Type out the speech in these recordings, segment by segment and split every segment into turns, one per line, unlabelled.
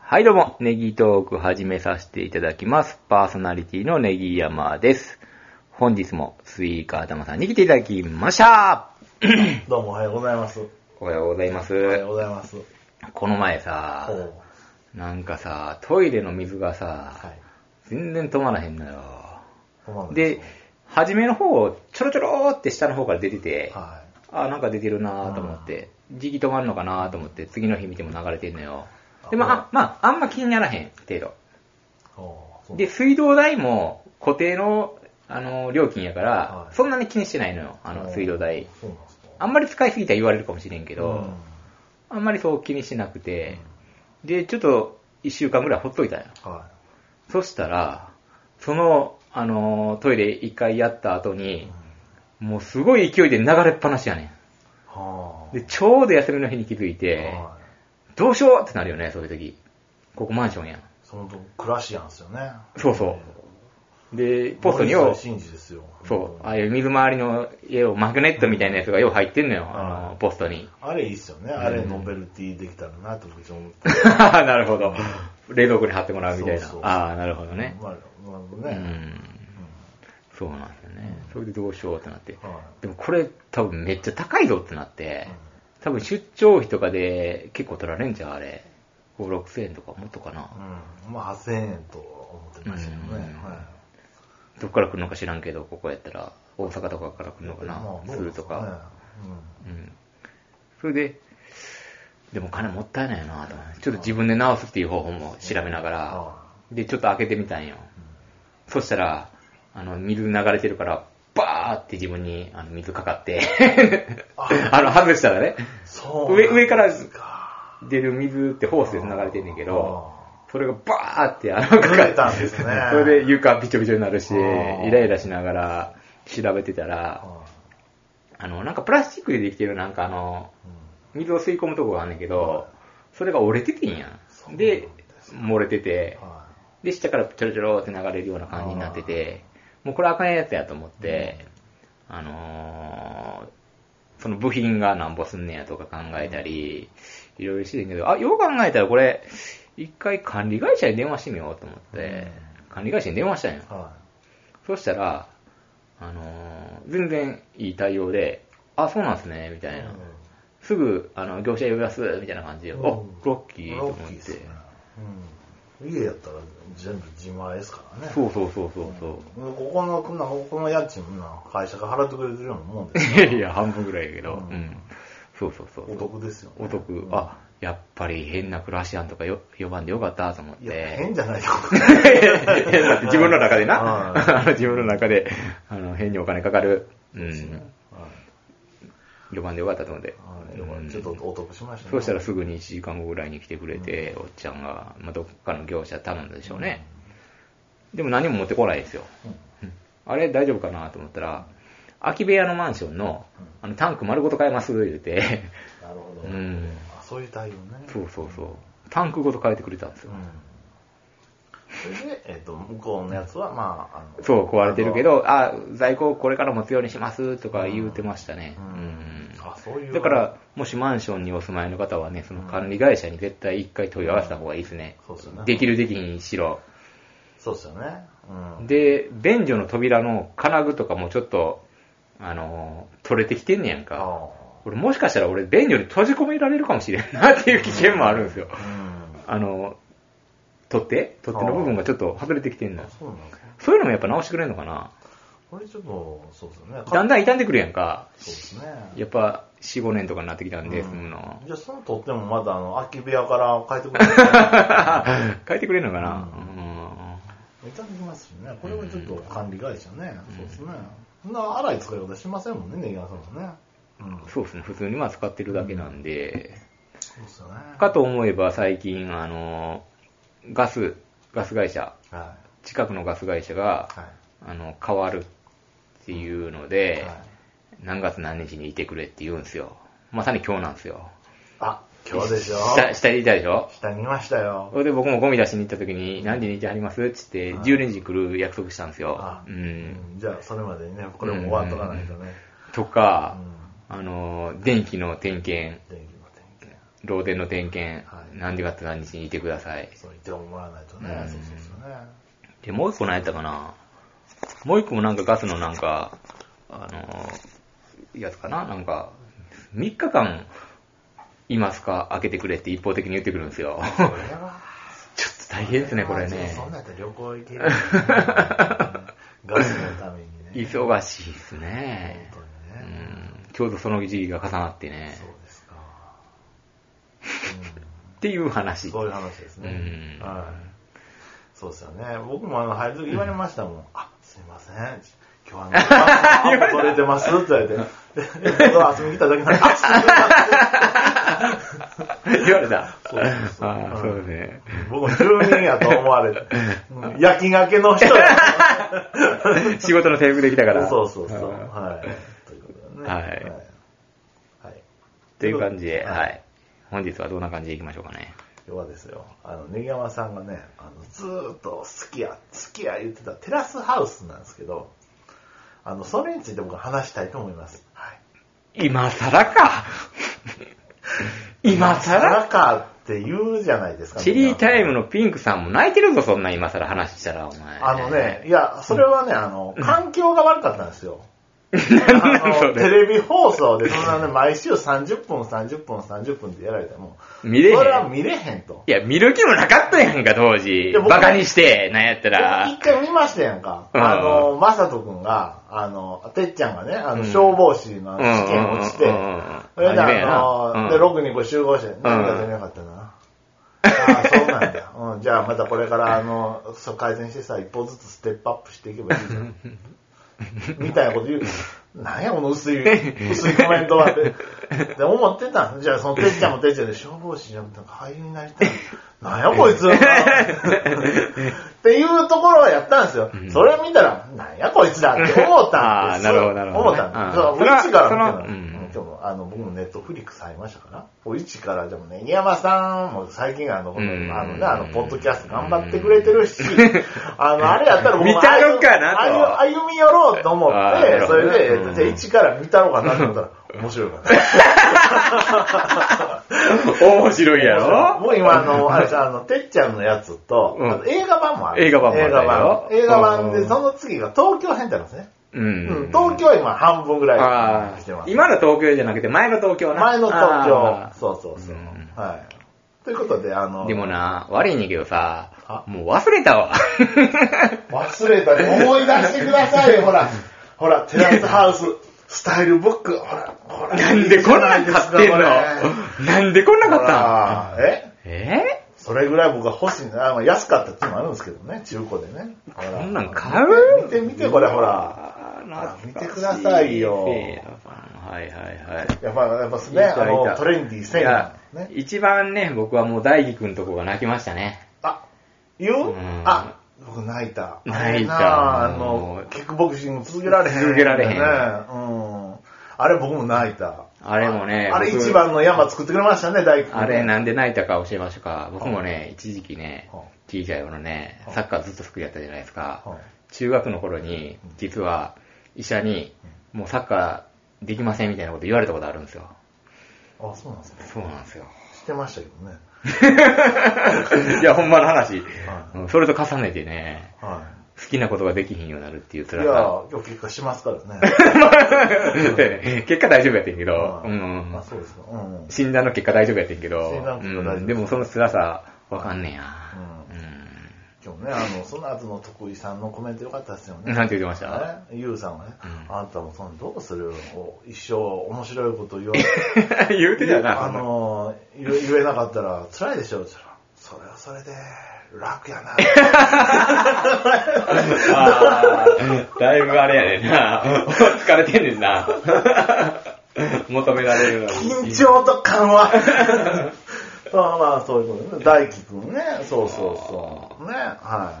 はい、どうも、ネギトーク始めさせていただきます。パーソナリティのネギ山です。本日もスイカ頭さんに来ていただきました。
どうもおはようございます。
おはようございます。
おはようございます。
この前
お
さ、
う
なんかさ、トイレの水がさ、
はい。
全然止まらへんのよ。
そうなん
で、初めの方、ちょろちょろーって下の方から出て
す
て
よ、は
あ、なんか出てるなーと思って、時期止まるのかなーと思って、次の日見ても流れてんのよ。で、まあ、あまあ、あんま気にならへん程度。
い。おうそう
で、水道代も固定の、あの、料金やから、
はい
そんなに気にしてないのよ、あ
う
の、
ん
水道代。
そうなんですか。
あんまり使いすぎたら言われるかもしれんけ
け
ど、あんまりそう気にしてなくて、で、ちょっと、一週間ぐらいほっといたんよ。
は
そしたら、その、あの、トイレ一回やった後
い。うん
に、もうすごい勢いで流れっぱなしやね
は
ん。で、ちょうど休みの日に気づい
あ。
て、
はい
どうしようってなるよね、そういう時。ここマンションやん。
その暮らしやんすよね。
そうそう。で、ポストにを、
真珠ですよ。
そう、あ
あ
あ
れ。
いう水回りの家をマグネットみたいなやつがよう入ってんのよ、
ん
あの、ポスト に。
あれいいっすよね。あれノベルティできたらなと僕いつも思って。
なるほど。冷蔵庫に貼ってもらうみたいな。
そうそう
ああ、なるほどね。
まあ、ま
う
あね。
ん。そうなんですよね。それでどうしようってなって。
うんは
でもこれ多分めっちゃ高いぞってなって
い。、
多分出張費とかで結構取られんじゃん、あれ。5、6000円とかもっとかな。
うん。まあ8000円と思ってましたけどね。
うん
はい。
どっから来るのか知らんけど、ここやったら、大阪とかから来るのかな
まあ。どう
す
で
る
す
と
ね。
か。
うん。
うん。それで、でも金もったいないよなと思ってちょっと自分で直すっていう方法も調べながら、
は
で、ちょっと開けてみたんよ。そしたら、あの、水流れてるから、バーって自分にあの水かかって、 あの、外したらね、
いそうなん
上、上から
ですか。
出る水ってホースで流れてんねんけど、
ああ
それがバーってあの、かか
か
っ
けたんですね
それで床びちょびちょになるし、
あ
イ
ー
ライラしながら調べてたら、あの、なんかプラスチックでできてるなんかあの、水を吸い込むとこがあんねんけど、それが折れててんや。
そうんなん
で
で、
漏れてて、
は
で、下からちょろちょろって流れるような感じになってて、もうこれあかんやつやと思って、あのーその部品がなんぼすんねやとか考えたり、いろいろしてんけど、あ、よう考えたらこれ、一回管理会社に電話してみようと思って、管理会社に電話したんや
い。。は
そしたら、あのー全然いい対応で、あ、そうなんすね、みた
い。
いな。
うん
すぐ、あの、業者呼びます、みたいな感じで、
う
あ、
ん
ロッキーと
ロ
思
ッキー
っ
ですね
て。。
うん家やったら全部自前ですからね。
そうそうそうそうそう。
うんここの、こんな、ここの家賃もな、会社が払ってくれてるようなもんですよ。
いや、半分ぐらいやけど、う
うんん。
そうそうそう。
お得ですよね。
お得
うん
あ、やっぱり変な暮らしやんとかよ呼ばんでよかったと思っ
いや、
て。
変じゃないよ。
だって自分の中でな、
は
あの 自分の中で、あの、変にお金かかる。うん。
はい
呼ばんでよかったと思って。
はいよかったちょっとお得しましたね。
そうしたらすぐに1時間後ぐらいに来てくれて、おっちゃんが、まあ、どっかの業者頼んだでしょうね。でも何も持ってこないですよ。
うん
うんあれ大丈夫かなと思ったら、空き部屋のマンションのあのタンク丸ごと買えます言うて、
なるほど。
うん
あそういう対応ね。
そうそうそう、タンクごと変えてくれたんですよ。
うんそれで、えっと、向こうのやつは、まあ、あの
そう、壊れてるけ、ど、あ、在庫をこれから持つようにしますとか言うてましたね。
うん
うん
あそういう
だから、もしマンションにお住まいの方はね、その管理会社に絶対一回問い合わせた方がいいですね。
そうですよね
できるできひんにしろ。
そうですよね。うん。
で、便所の扉の金具とかもちょっと、あのー取れてきてんねやんか。
あ
俺もしかしたら俺便所に閉じ込められるかもしれんなっていう危険もあるんですよ。
あうん。
あの、取っ手取っ手の部分がちょっと外れてきてんの
あ。そうなんですか。
そういうのもやっぱ直してくれんのかな
これちょっと、そうですよね。
だんだん傷んでくるやんか。
そうですね。
やっぱ4、5年とかになってきたんで、住むの。
じゃあ、そのとってもまだ、あの、空き部屋から帰ってくるの
変えてくれるのかな
いただきますよね。これはちょっと管理会社ね。そうですね。そんな荒い使い方しませんもんね、ネギワさんもね。うん
うん。そうですね。普通にまあ使ってるだけなんで。
そうですよね。
かと思えば最近、あの、ガス、ガス会社、
は
近くのガス会社が
い。、はい。
あの、変わるっていうので、
はい
何月何日にいてくれって言うんですよ。まさに今日なんですよ。
あ、今日でしょ。
下、下にいたで しょ
下にいましたよ
そ。れで僕もゴミ出しに行った時に、何時にいてはりますって言って、12時に来る約束したんですよ
あ。
うん。
じゃあ、それまでにね、これも終わっとかないとね。
と
う
か、
ん。
あの、電気の点検、
電気の点検。
漏電の点検、
はい
何時月何日にいてください。
そう言ってもらわないとね、
うん
そうそうそうね。
で、もう一個何やったかなもう一個もなんかガスのなんか、あのーやつかななんか、3日間、いますか開けてくれって一方的に言ってくるんで すよ。ちょっ
これは、
と大変ですね、これね。
そんなんやったら旅行行ける よね、ガスのためにね。
忙しいですね。
本
う
当にね。
ん、ちょうどその時期が重なってね
そ。う ですか。
っていう
うん、
話。
そういう話ですね。
うん
はい。そうですよね。僕もあの、入る時言われましたもん。あ、すいません。今日あ の、アポ取れてますって言われて。で、僕遊びに来ただけなんで、あ、すいません。
言われた。
そうそうそう
ああ、そうですね。
僕も住人やと思われて。うん夜勤明けの人や
仕事の制服できた から。
そうそうそう。
ん
はい。ということでね。
はい
はい。
っていう感じで、
はい
はい。本日はどんな感じでいきましょうかね。
要はですよ、あの、根山さんがね、あの、ずーっと好きや、好きや言ってたテラスハウスなんですけど、あの、それについて僕は話したいと思います。はい。
今更 か今更
らかって言うじゃないですか。
チリータイムのピンクさんも泣いてるぞ、そんな今更話したら、お前。
あの ね、いや、それはね、あの、環境が悪かったんですよ。
なんなんそ
あのテ
れ。
レビ放送で、そんなね、毎週30分、30分、30分ってやられても、
見れへん
それは見れへんと。
いや、見る気もなかったやんか、当時
や。僕
バカにして、なんやった
一
ら。
回見ましたやんか。
うん
あの、まさとくんが、あの、てっちゃんがね、あ
う
の、
ん
消防士の
うんうん
試験落ちて、
うんうん
それで、
真面目やな
あ
うん
の、で、6人こう集合して、何が出なかったな。ああ、そうなんだ。うん、じゃあまたこれから、あの、そう改善してさ、一歩ずつステップアップしていけばいいじゃ ん。 みたいなこと言う。なんや、この薄い、 薄いコメントはって。で、思ってたんじゃあ、その、てっちゃんもてっちゃんで、消防士じゃなくて、俳優になりたい。なんや、こいつ。っていうところやったんですよ。
うん
それ見たら、なんや、こいつだって思ったんですよ。
あーなるほどなるほどね
思ったんです
あー
そう
それは
一から見て
その
た
うん
うん今日も、あの、僕もネットフリックス入りましたから、お一から、でもね、宮山さんも最近あの、
うん
あのね、あの、ポッドキャスト頑張ってくれてる し、あの、あれやったら僕も
見たろかなと
ああいうあ歩み寄ろうと思
あ
っ
ーなる
て、
ほ
そ
ど
れ
ね
で、えっ
う
と
ん
じゃあ一から見たろうかなと思った ら、面白いかな。
面白いやろ
もう今、あの、あれさ、あの、てっちゃんのやつと、
うん
あと映画版もある。
映画版もある
映画版
よ。
映画版
う
で、
ん
その次が東京編ってあるんですね。
う
うんん、東京は今半分ぐら
あ
いしてま
あ、
す。
今の東京じゃなくて前の東京な。
前の東
あ
京
あ。
そうそうそうう。
ん
はい。ということで、あの、
でもな、悪いねんけどさ
あ、
もう忘れ たわ。
忘れたね思い出してくださ いよ、ほら。ほら、テラスハウス、スタイルブック、ほら、ほら。
なんでこんなん買ってんの
ほ
なんでこんなん買ったん
らえ
え
それぐらい僕は欲しいな。まあ安かったっていうのもあるんですけどね、中古でね。ほら
こんなん買う
見て見て、これほら。
ら
見てくださいよ
はいはいはい。
やっぱ、やっぱですね、
いた
あ
い
の、
た
トレンディー
い
1000
や
ね。
一番ね、僕はもう大輝くんとこが泣きましたね。
あ、言う
うん
あ、僕泣いた。
泣いた
あれなあ
も
の
う、
キックボクシング続けられへん。
続けられへん
ね。うん。あれ僕も泣いた。
あれもね、
あれ
僕
一番の山作ってくれましたね、大工。
あれなんで泣いたか教えましょうか。僕もね、一時期ね
は、
小さい頃ね、
は
サッカーずっと好きやったじゃないですか。
はい。
中学の頃に、実は医者に、もうサッカーできませんみたいなこと言われたことあるんですよ。
あ、そうなんですね。
そうなんですよ。
知ってましたけどね。
いや、ほんまの話。うんそれと重ねてね、
は
好きなことができひんようになるっていう
い。い
辛
や、
さ。
今日結果しますからね。
結果大丈夫やってんけど、
う
うんん
あ、そうですか。うんうん。
診断の結果大丈夫やってんけど、
診断の結果大丈夫
うんでもその辛さ、わかんねえや。
う
う
今日ね、あの、その後の徳井さんのコメントよかったですよね。
なんて言ってました
ねゆうさんがね、
うん
あんたもそのどうするお一生面白いこと言 われ
ん言うてたよな。
あの言え言えなかったら辛いでしょうって言ったらそれはそれで楽や な
あー だいぶあれやねんな。疲れてんねんな。求められるのに。
緊張と緩和 まあまあそういうことね大輝くんねそうそうそうねは
な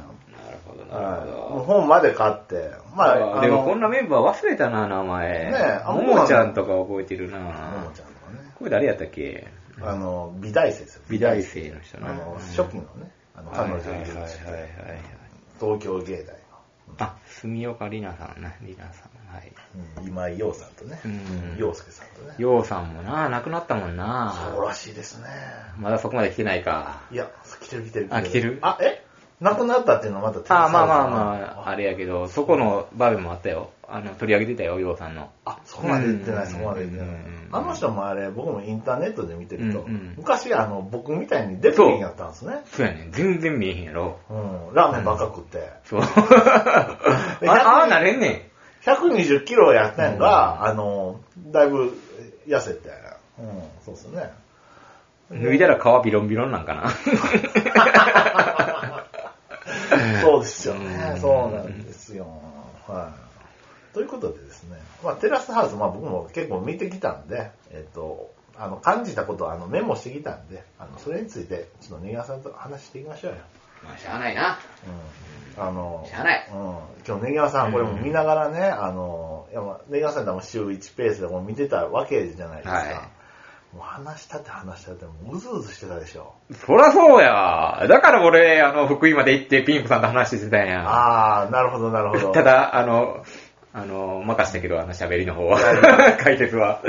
るほど、
い、
なる
はい、
ほ
もう
ど。
本まで買ってまああ
でも
の
こんなメンバー忘れたな、名前。
ねえあ
ももちゃんとか覚えてる
もも
な
ち。ゃんとかね
これ誰やったっけ
あの美大生ですよ
美大生の人な。
あの初期のねあの
はい
彼
はい
女
はい
がい
はい
る
はい
東京芸大の
あ、住岡里奈さんね、里奈さん。はい。
うん今井陽さんとね
うん、
陽介さんとね。
ようさんもな、亡くなったもんな。
そうらしいですね。
まだそこまで来てないか。
いや、来てる来てる。
あ来てる
あ、え亡くなったっていうのはまだ手
ああ、まあまあまあ、
あ
あれやけど、そこの場面もあったよ。あの、取り上げてたよ、ようさんの。
あ、そこまで言ってない、
うん
そこまで言ってな
う
い
ん。
あの人もあれ、僕もインターネットで見てると、
うんうん
昔、あの、僕みたいにデブリになったんですね。
そうやねん。全然見えへんやろ。
うん、ラーメンばっか食って。
そう。 ああ、なれんね
120キロやったんが、あの、だいぶ痩せて。うん、そうですね。
ん。脱いだら皮ビロンビロンなんかな。
そうですよね
う。ん
そうなんですよ。はい。ということでですね、まあ、テラスハウス、まあ、僕も結構見てきたんで、えっと、あの、感じたことをあのメモしてきたんで、あの、それについて、ちょっと新川さんと話していきましょうよ。
まあ、しゃあないな。
うん。あの、
しゃあない
うん。今日、ネギワさん、これも見ながらね、あの、いやまあネギワさんってもう週1ペースでもう見てたわけじゃないですか。
はい
もう話したって話したって、もううずうずしてたでしょ。
そらそうや。だから俺、あの、福井まで行ってピンクさんと話してたんや。
ああ、なるほど、なるほど。
ただ、あの、あの、任したけど、あの、喋りの方は。 解説は。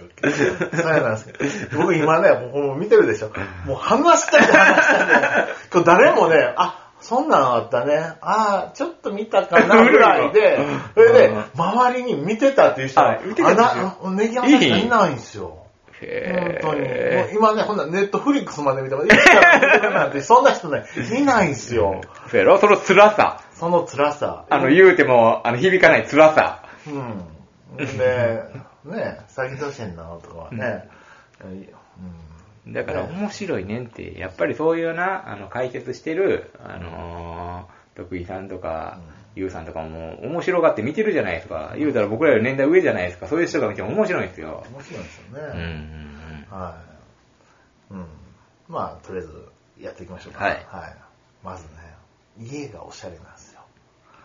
そうなんですけど僕今ね、僕も見てるでしょ。もう話したいって話したい ね。今日誰もね、あ、そんなんあったね。ああ、ちょっと見たか なぐらいで、それで
うん、
周りに見てたっていう人
はい見てたんですよ
あな、ネギ山さんいないんですよ。本
へ
当に。もう
え。
今ね、ほんならネットフリックスまで見ても、 いつから見てるなんて、そんな人ね、いないんですよ。
そうやろその辛さ。
その辛さ。
あの、言うても、あの、響かない辛さ。
うん。で、ね、詐欺都市なのとかはね、うん。
だから
ね
面白いねんって、やっぱりそういうな、あの、解説してる、あのー、徳井さんとか、ゆうさんとかも面白がって見てるじゃないですか。言うたら僕らより年代上じゃないですか。そういう人が見ても面白いんですよ。
面白いですよ
うんう
ね。
んうん。
はい。うん。まあ、とりあえず、やっていきましょうか。
はい
まずね、家がおしゃれなんですよ。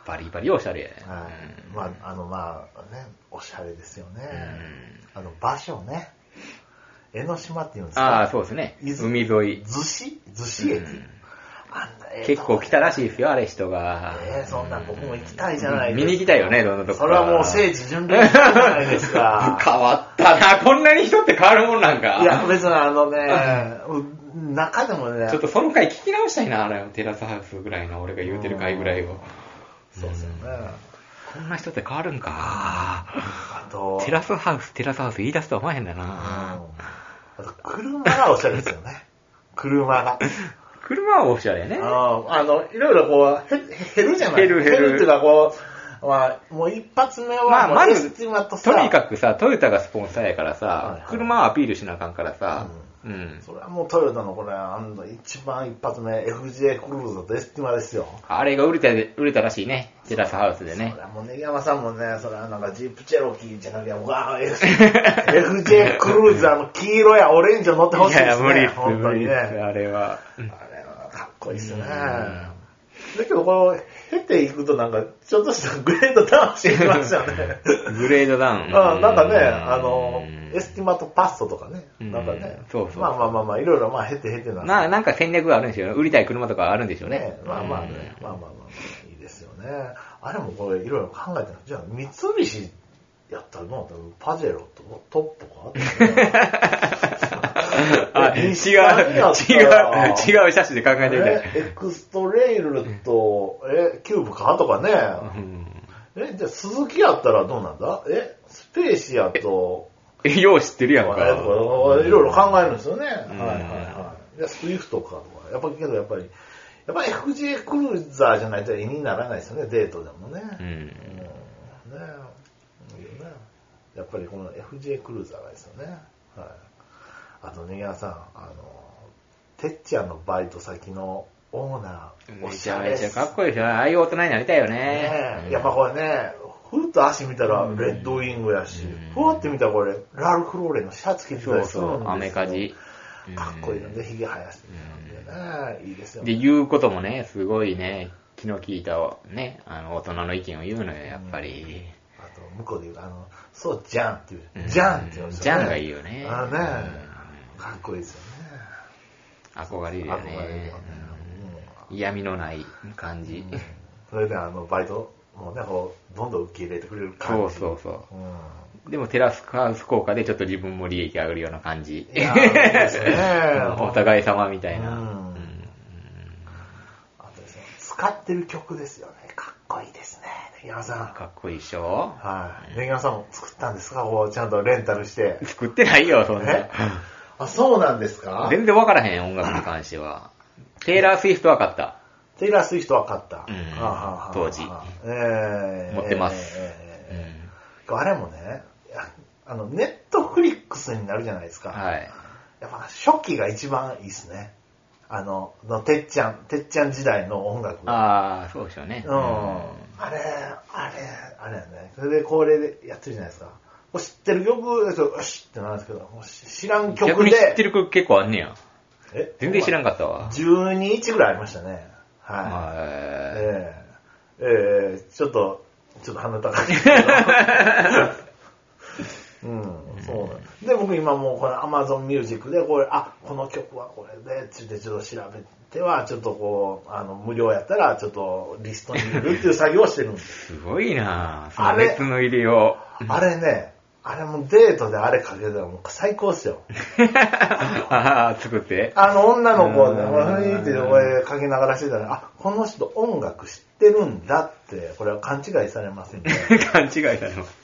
バリバリおしゃれやね。
はい。まあ、あの、まあ、ね、おしゃれですよね。
う
あの、場所ね。江ノ島っていうんです
ああ、
か。
そうですね。
伊豆
海沿い。
逗子逗子駅。
うん
あんなええとこ
結構来たらしいですよ、あれ人が。
ええそんなん僕も行きたいじゃないです
見
か
に行きたいよね、どんなとこ
それはもう聖地巡礼じゃないです か。
変わったな。こんなに人って変わるもんなんか。
いや、別にあのね、中でもね、
ちょっとその回聞き直したいな、あれテラスハウスぐらいの俺が言うてる回ぐらいを。
そうですよね。
こんな人って変わるんか。
あと、
テラスハウス、テラスハウス言い出すとは思えへんだ
うん
な。
あと車がおしゃれですよね。車が。
車はオフィシャルやね。
ああの、いろいろこう、へ減るじゃない
減る減る
っていうかこう、まあ、もう一発目
ま
は
あ
もう
まず
エスティマとさ、
とにかくさ、トヨタがスポンサーやから
はい
さ
は、い
車はアピールしなあかんからさ、うん。
それはもうトヨタのこれ、あの、一番一発目、FJ クルーズとエスティマですよ。
あれが売れた、売れたらしいね。テラスハウスで ね
そ。れはもう根山さんもね、それはなんかジープチェロキーじゃなくて、うわぁ、FJ クルーズ、あの、黄色やオレンジを乗ってほしいですね。
無理っす、
本当
無理
に
っ
ね。
す、
あれ
あれは。
はかっこいいですね。
うん
だけど、こう、経ていくとなんか、ちょっとしたグレードダウンしていきますよ ね。
グレードダウン。
あなんかね、あの
うん、
エスティマとパストとかね、
うん
なんかね、
そうそう
まあまあまあまあ、いろいろまあ、経て経てなんです
ななんか戦略があるんですよね。売りたい車とかあるんでしょうね。
ね、まあまあね、まあまあまあまあ、いいですよね。あれもこれいろいろ考えてる。じゃあ、三菱やったらのパジェロとト ップかあったよね
あ違う、違う、違う
西
写真で考えてみたい。
えエクストレイルと、え、キューブかとか
う
ね。
ん
え、じゃあ、鈴木やったらどうなんだえ、スペーシアと、
えよう知ってる
え
や
と
ん
か
か。
いろいろ考えるんですよね。はい
うん
はいはい。じゃあ、スイフトかとか。やっぱりけど、やっぱり、やっぱり FJ クルーザーじゃないと絵にならないですよね、デートでもね。
うん
うんねえ、いいよね。やっぱりこの FJ クルーザーがですよね。はい。あと、ねぎらさん、あの、てっちゃんのバイト先のオーナー、お
め
し
ち
ゃ
ゃ
れ
め
で
ちゃ
す。
かっこいいでしょ。ああいう大人になりたいよ
ね
ね。
え、やっぱこれね、ふっと足見たらレッドウィングやし
うん、
ふわって見たらこれ、ラルフローレンのシャツ着てた
そ
り
う
す
そ
るんですよ
う、アメカジ。
かっこいいので、ヒゲ生やしてるんでね、いいですよ
で、
ね。
言うこともね、すごいね、気の利いた、ね、あの、大人の意見を言うのよ、やっぱり。
あと、向こうで言う、あの、そう、じゃんっていうう、じゃんって言うんです
じ
よね。
ゃんがいいよね。
ああね
うん
かっこいいですよね。
憧れるよ
憧れる
ね
よね。
嫌味のない感じ。
それであの、バイトもうなんか、どんどん受け入れてくれる
そ
感
う
じ。
そうそ
うん
う。でもテラスハウス効果でちょっと自分も利益上がるような感じ。
いやーいいです ね
お互い様みたいな。
うん
うん
あとですね使ってる曲ですよね。かっこいいですね。ネギ山さん。
かっこいいっしょ
はい。ネギ山さんも作ったんですかこう、ちゃんとレンタルして。
作ってないよ、そんな
え。あ、そうなんですか
全然わからへん、音楽に関しては。テイラー・スウィフトは買った。
テイラー・スウィフトは買った。
うん
はあはあはあ
当時
えー
持ってます
え
う
ーえーえー
ん
あれもね、いやあの、ネットフリックスになるじゃないですか。
はい。
やっぱ初期が一番いいですね。あの、のてっちゃん、てっちゃん時代の音楽が。
ああ、そうでしょうね。
うん。あれ、あれ、あれやね。それで、これでやってるじゃないですか。もう知ってる曲ですよ、よしってなるんですけど、もう知らん曲で。
逆に知ってる曲結構あんねや。
え
全然知らんかったわ。
12日ぐらいありましたね。はい。
はい
ええええちょっと、ちょっと鼻高いですけど。うん、そうなんです。で、僕今もうこれ Amazon Music で、これ、あ、この曲はこれで、つってちょっと調べては、ちょっとこう、あの、無料やったら、ちょっとリストに入れるっていう作業をしてるんです。
すごいなぁ。そ
あ
の
れ
熱の入 れよ
あれね、あれもデートであれかけたらもう最高っすよ。
う。ああ、作って。
あの、女の子で、
うん
ほら、ふいって声かけながらしてたら、あ、この人音楽知ってるんだって、これは勘違いされますんで。
勘違いされます。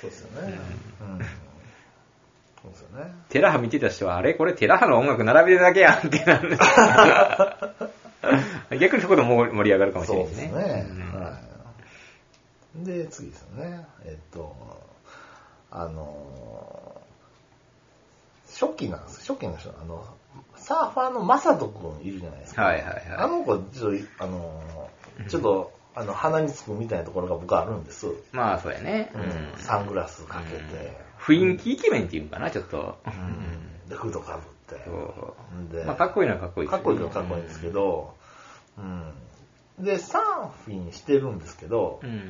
そうですよね。うん。そうですよね。
テラハ見てた人は、あれこれテラハの音楽並べてるだけやんって なる。逆にそこでも盛り上がるかもし
そ
れ
う
ない
です
ね。
ね。
うん
はい。で、次ですよね。えっと、あのー、初期なんです。初期の人、あの、サーファーのマサト君いるじゃないですか。
はいはいはい
あの子、ちょっと、あのー、ちょっと、あの、鼻につくみたいなところが僕あるんです。
まあ、そうやね。うん
サングラスかけて、
雰囲気イケメンっていうんかな、ちょっと。
うん、で、フードかぶって。
そ
ん
う
で
まあ、かっこいいのはかっこいい
かっこいいのはかっこいいん
で
ですす
け
けど、うん。で、サーフィンしてるんですけど、
ど。うん。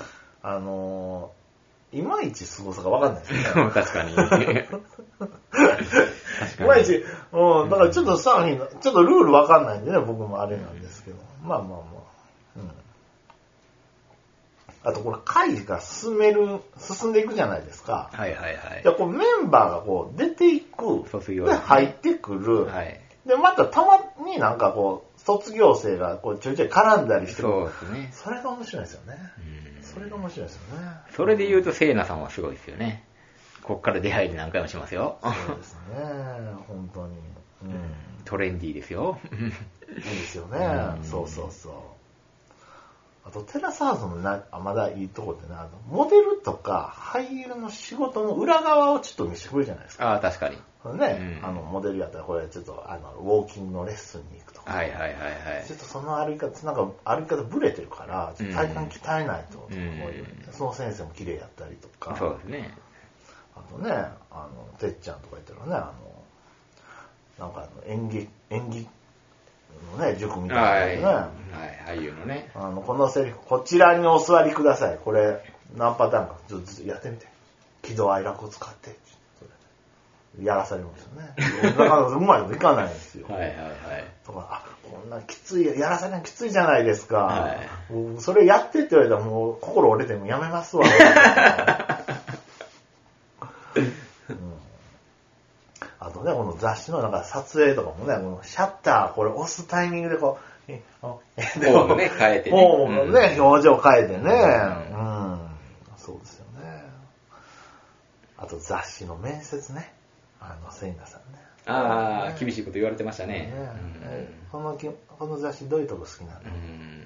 あのー、いまいち凄さがわかんないですね。
そう 確かに。
いまいち、うん、だからちょっとサーフィンの、ちょっとルールわかんないんでね、僕もあれなんですけど。まあまあまあ。うん。あとこれ、会が進める、進んでいくじゃないですか。
はいはいはい
いや、。こうメンバーがこう出ていく。
卒業
で、入ってくる。
はい。
で、またたまになんかこう、卒業生がこうちょいちょい絡んだりして
そうですね。
それが面白いですよね。
うん
それが面白いですよね。
それで言うと、聖奈さんはすごいですよね。こっから出会いで何回もしますよ。
そうですね、本当に。うん。
トレンディーですよ。
いいですよ
う
ね。
ん
そうそうそう。あと、テラサーズのな、あまだいいとこってね、あの、モデルとか俳優の仕事の裏側をちょっと見せてくれるじゃないですか。
ああ、確かに。
ね、
うん
あの、モデルやったらこれちょっと、あの、ウォーキングのレッスンに行くとか。
はいはいはいはい。
ちょっとその歩き方、なんか歩き方ブレてるから、ちょっと体幹鍛えないと、
う
とかこ
ん
ういうその先生も綺麗やったりとか、
そうですね。
あとね、あの、てっちゃんとか言ったらね、あの、なんかあの演技、演技のね、塾みた
はい
い
い。
なのね、
はい、俳優のね。
あの、このセリフ、こちらにお座りください。これ、何パターンか、ちょっとやってみて。喜怒哀楽を使って、それやらされますよね。な かなかうまいこといかないんですよ。
はいはいはい。
とか、あ、こんなきつい、やらされるのきついじゃないですか。
はい
もうそれやってって言われたらもう心折れてもうやめますわ。うんあとね、この雑誌のなんか撮影とかもね、このシャッター、これ押すタイミングでこう、えあえで
もうね、変えてね。
もう
うん
ね、表情変えてね、うん
う、
そうですよね。あと雑誌の面接ね、あの、セイナさんね。
ああ、厳しいこと言われてましたね。
えこのきこの雑誌どういうとこ好きなの
う、ん。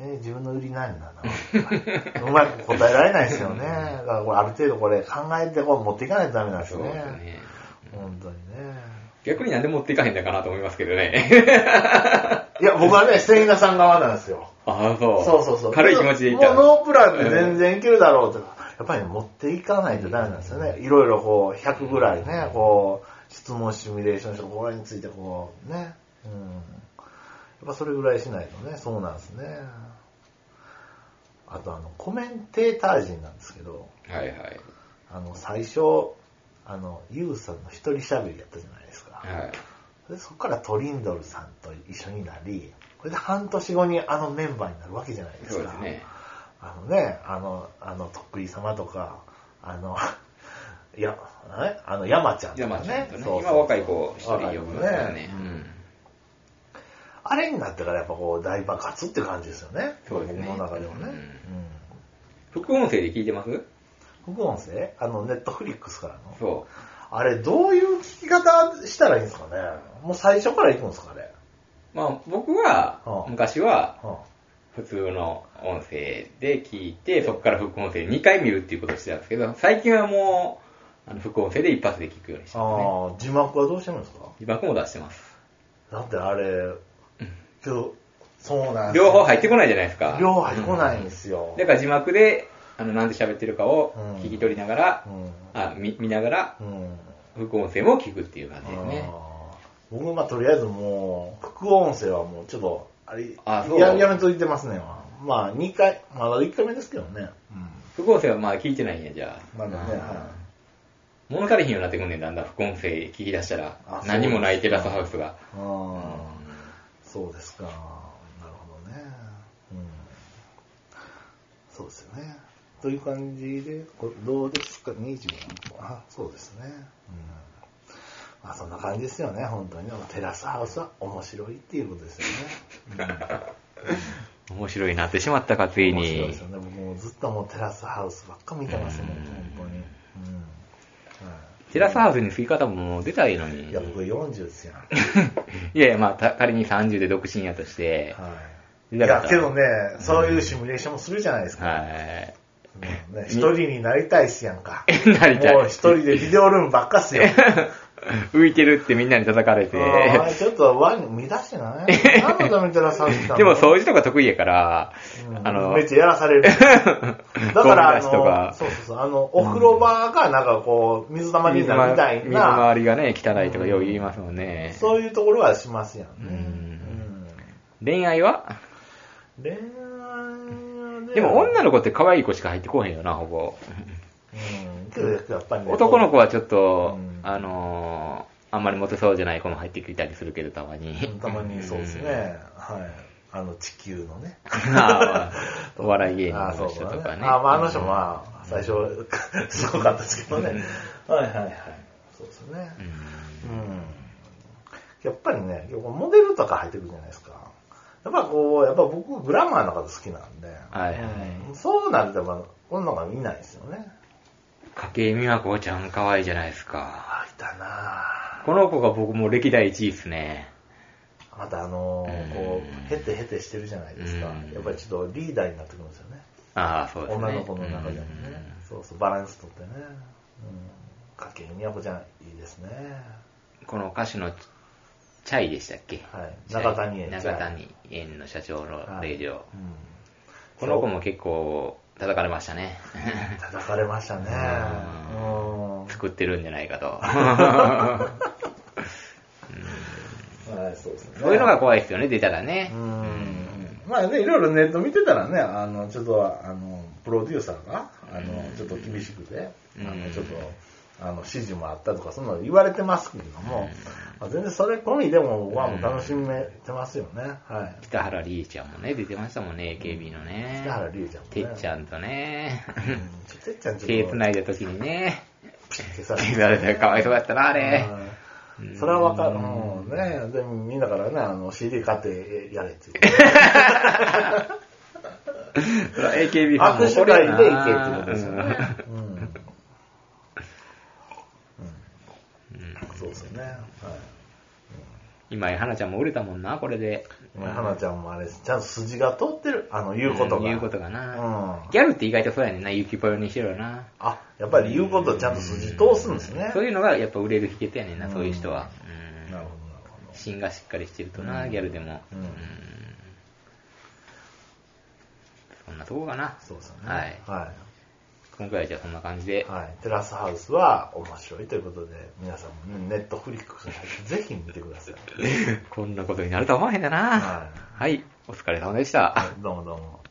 え自分の売り何なのうまく答えられないですよね。だからこれある程度これ考えてこう持っていかないとダメなんです
そう
よ
です
ね。
ね。
本当にね。
逆になんで持っていかへんだかなと思いますけど ね。
いや、僕は ね、セイナさん側なんですよ。
ああ、そう。
そうそうそう。
軽い気持ちでいた
もうノープランで全然いけるだろうとか、やっぱりね持っていかないとダメなんですよね。いろいろこう、100ぐらいね、こう、質問シミュレーションして、これについてこう、ね。うん。やっぱそれぐらいしないとね、そうなんですね。あとあの、コメンテーター陣なんですけど、
はいはい。
あの、最初、あの、ユウさんの一人喋りやったじゃないですか。
はい。
でそこからトリンドルさんと一緒になり、それで半年後にあのメンバーになるわけじゃないです
そう
か。
ですね。
あのね、あの、あの、とっくり様とか、あの、 いや、えあの、山ちゃんとか
山
ね。
ちゃんと
そう
ね、
そう
今若い子一人呼ぶんですよ
若い
ね
子。あれになってからやっぱこう、大爆発って感じですよね。
そうですね
僕の中でもね。
うん
うん
うん副音声で聞いてます
副音声あの、ネットフリックスからの。
そ
あれ、どういう聞き方したらいいんですかねもう最初から行くんですかね、
う。まあ僕は
は、あ
昔は
うん
普通の音声で聞いて、そこから副音声2回見るっていうことをしてたんですけど、最近はもう、あの副音声で一発で聞くようにしてますね。
ああ、字幕はどうしてるんですか
字幕も出してます。
だってあれ、けど、そうなんですよ
両方入ってこないじゃないですか。
両方入ってこないんですよ。
だから字幕で、あの、なんで喋ってるかを聞き取りながら、
う
あ見見ながら、
ん。うん。
副音声も聞くっていう感じですね。
あー僕はとりあえずもう、副音声はもうちょっと、あれ、
あそう
ややめといてますね。まあ、2回、まだ1回目ですけどね。
副音声はまあ聞いてないんや、じゃあ。
まだね、
あー
はい。
物足りひんようになってくんねん、だんだん副音声聞き出したら
あ。そう
何もないテラスハウスが。
ああ、そうですか。なるほどね。うん。そうですよね。という感じで、こどうですか、25あ、そうですね。うん。まあそんな感じですよね、本当に。でもテラスハウスは面白いっていうことですよね。
面白いなってしまったか、つい
面白いで
に
す。よね。僕もずっともうテラスハウスばっか見てますもん、本当に。うん。は
テラスハウスに吸い方ももう出たいのに。
い、いや、僕40ですやん。
いやいや、まあ、た仮に30で独身やとして。
はい。い
出なか
や、
った
けどね、そういうシミュレーションもするじゃないですか。
はい。
もうね一人になりたいっすやんか。
なりたい
もう一人でビデオルームばっかっ すよ。
浮いてるってみんなに叩かれ
あーお前
て。
ちょっとワン見出してない何のために照らされてたの
でも掃除とか得意やから、
うん
あの
めっ、ちゃやら される。だから、あ
ゴミ出しと
の、
か
そうそうそう、あの、お風呂場がなんかこう、水たまりに
水
なるみた
回
い
水
な、
回りがね、汚いとかよう言いますもんね。
そういうところはしますやんね。
うん
うん
恋愛は
恋愛はね
でも女の子って可愛い子しか入ってこへんよな、ほぼ。
うんけどやっぱりね
男の子はちょっと
うん、
あのー、あんまりモテそうじゃない子も入ってきたりするけど、たまに
うん。たまにそうですね。
ん。
はい。あの、地球のね。
あーお笑い芸人
あ
の人とかね。
あ、まあ、あの人もまあ、最初、すごかったですけどね。はいはいはい。そうですね。
うん
うん。やっぱりね、モデルとか入ってくるじゃないですか。やっぱこう、やっぱ僕、グラマーの方好きなんで、
はいはい
うんそうなると、まあ、女の子はいないですよね。
筧美和子ちゃん可愛いじゃないですか。
あ、いたなぁ
この子が僕もう歴代1位っすね。
またあのー
うん
こう、へてへてしてるじゃないですか。
うん
やっぱりちょっとリーダーになってくるんですよね。
ああ、そうですね。
女の子の中でもね、そうそう、バランスとってね。うん。筧美和子ちゃん、いいですね。
うんこの歌手のチャイでしたっけ
はい
チャイ
中谷園
中谷園の社長の令嬢。
はいうん。
この子も結構叩かれましたね。
叩かれましたね。うん。
作ってるんじゃないかと。
はい、そうですね。
そういうのが怖いですよね、出たらね
う。ん。まあね、いろいろネット見てたらね、あの、ちょっと、あの、プロデューサーが、あの、ちょっと厳しくて、あ
う
の、
ん
ちょっと、あの、指示もあったとか、そんなの言われてますけれども、まあ全然それ込みでも、僕はもう楽しめてますよね。はい。
北原理恵ちゃんもね、出てましたもんね、AKB のね。
北原理恵ちゃんもね
てっちゃんとね。
うんちょてっちゃんちょっと、
手繋いだ時にね、
プシッて消されて
手られてかわいそうだったな、あれ。
うんそれはわかる。うん、ねでもみんなからね、あの、CD 買ってやれっていう。
それは AKB ファンも
握手
怒る
会
よ
で行けってこと
な
ですよね。うん。
うん
そうですよね。はい。
今、花ちゃんも売れたもんな、これで。
今、花ちゃんもあれです。ちゃんと筋が通ってる。あの、言うことが。
ん言うことが
う。
なんギャルって意外とそうやねんな、ゆきぽよにしろな。
あ、やっぱり言うことをちゃんと筋通すんですね。
そういうのがやっぱ売れる秘訣やねんな、そういう人は。うん
なるほど、なる
芯がしっかりしてるとな、ギャルでも。
うん
うんそんなとこかな。
ほど。そうですよね。
はい。
は
今回はじゃあそんな感じで
い。。はい。テラスハウスは面白いということで、皆さんもねネットフリックスに入ってぜひ見てください。
こんなことになるとは思わへんだな。
は
はい。お疲れ様でした。
い。どうもどうも。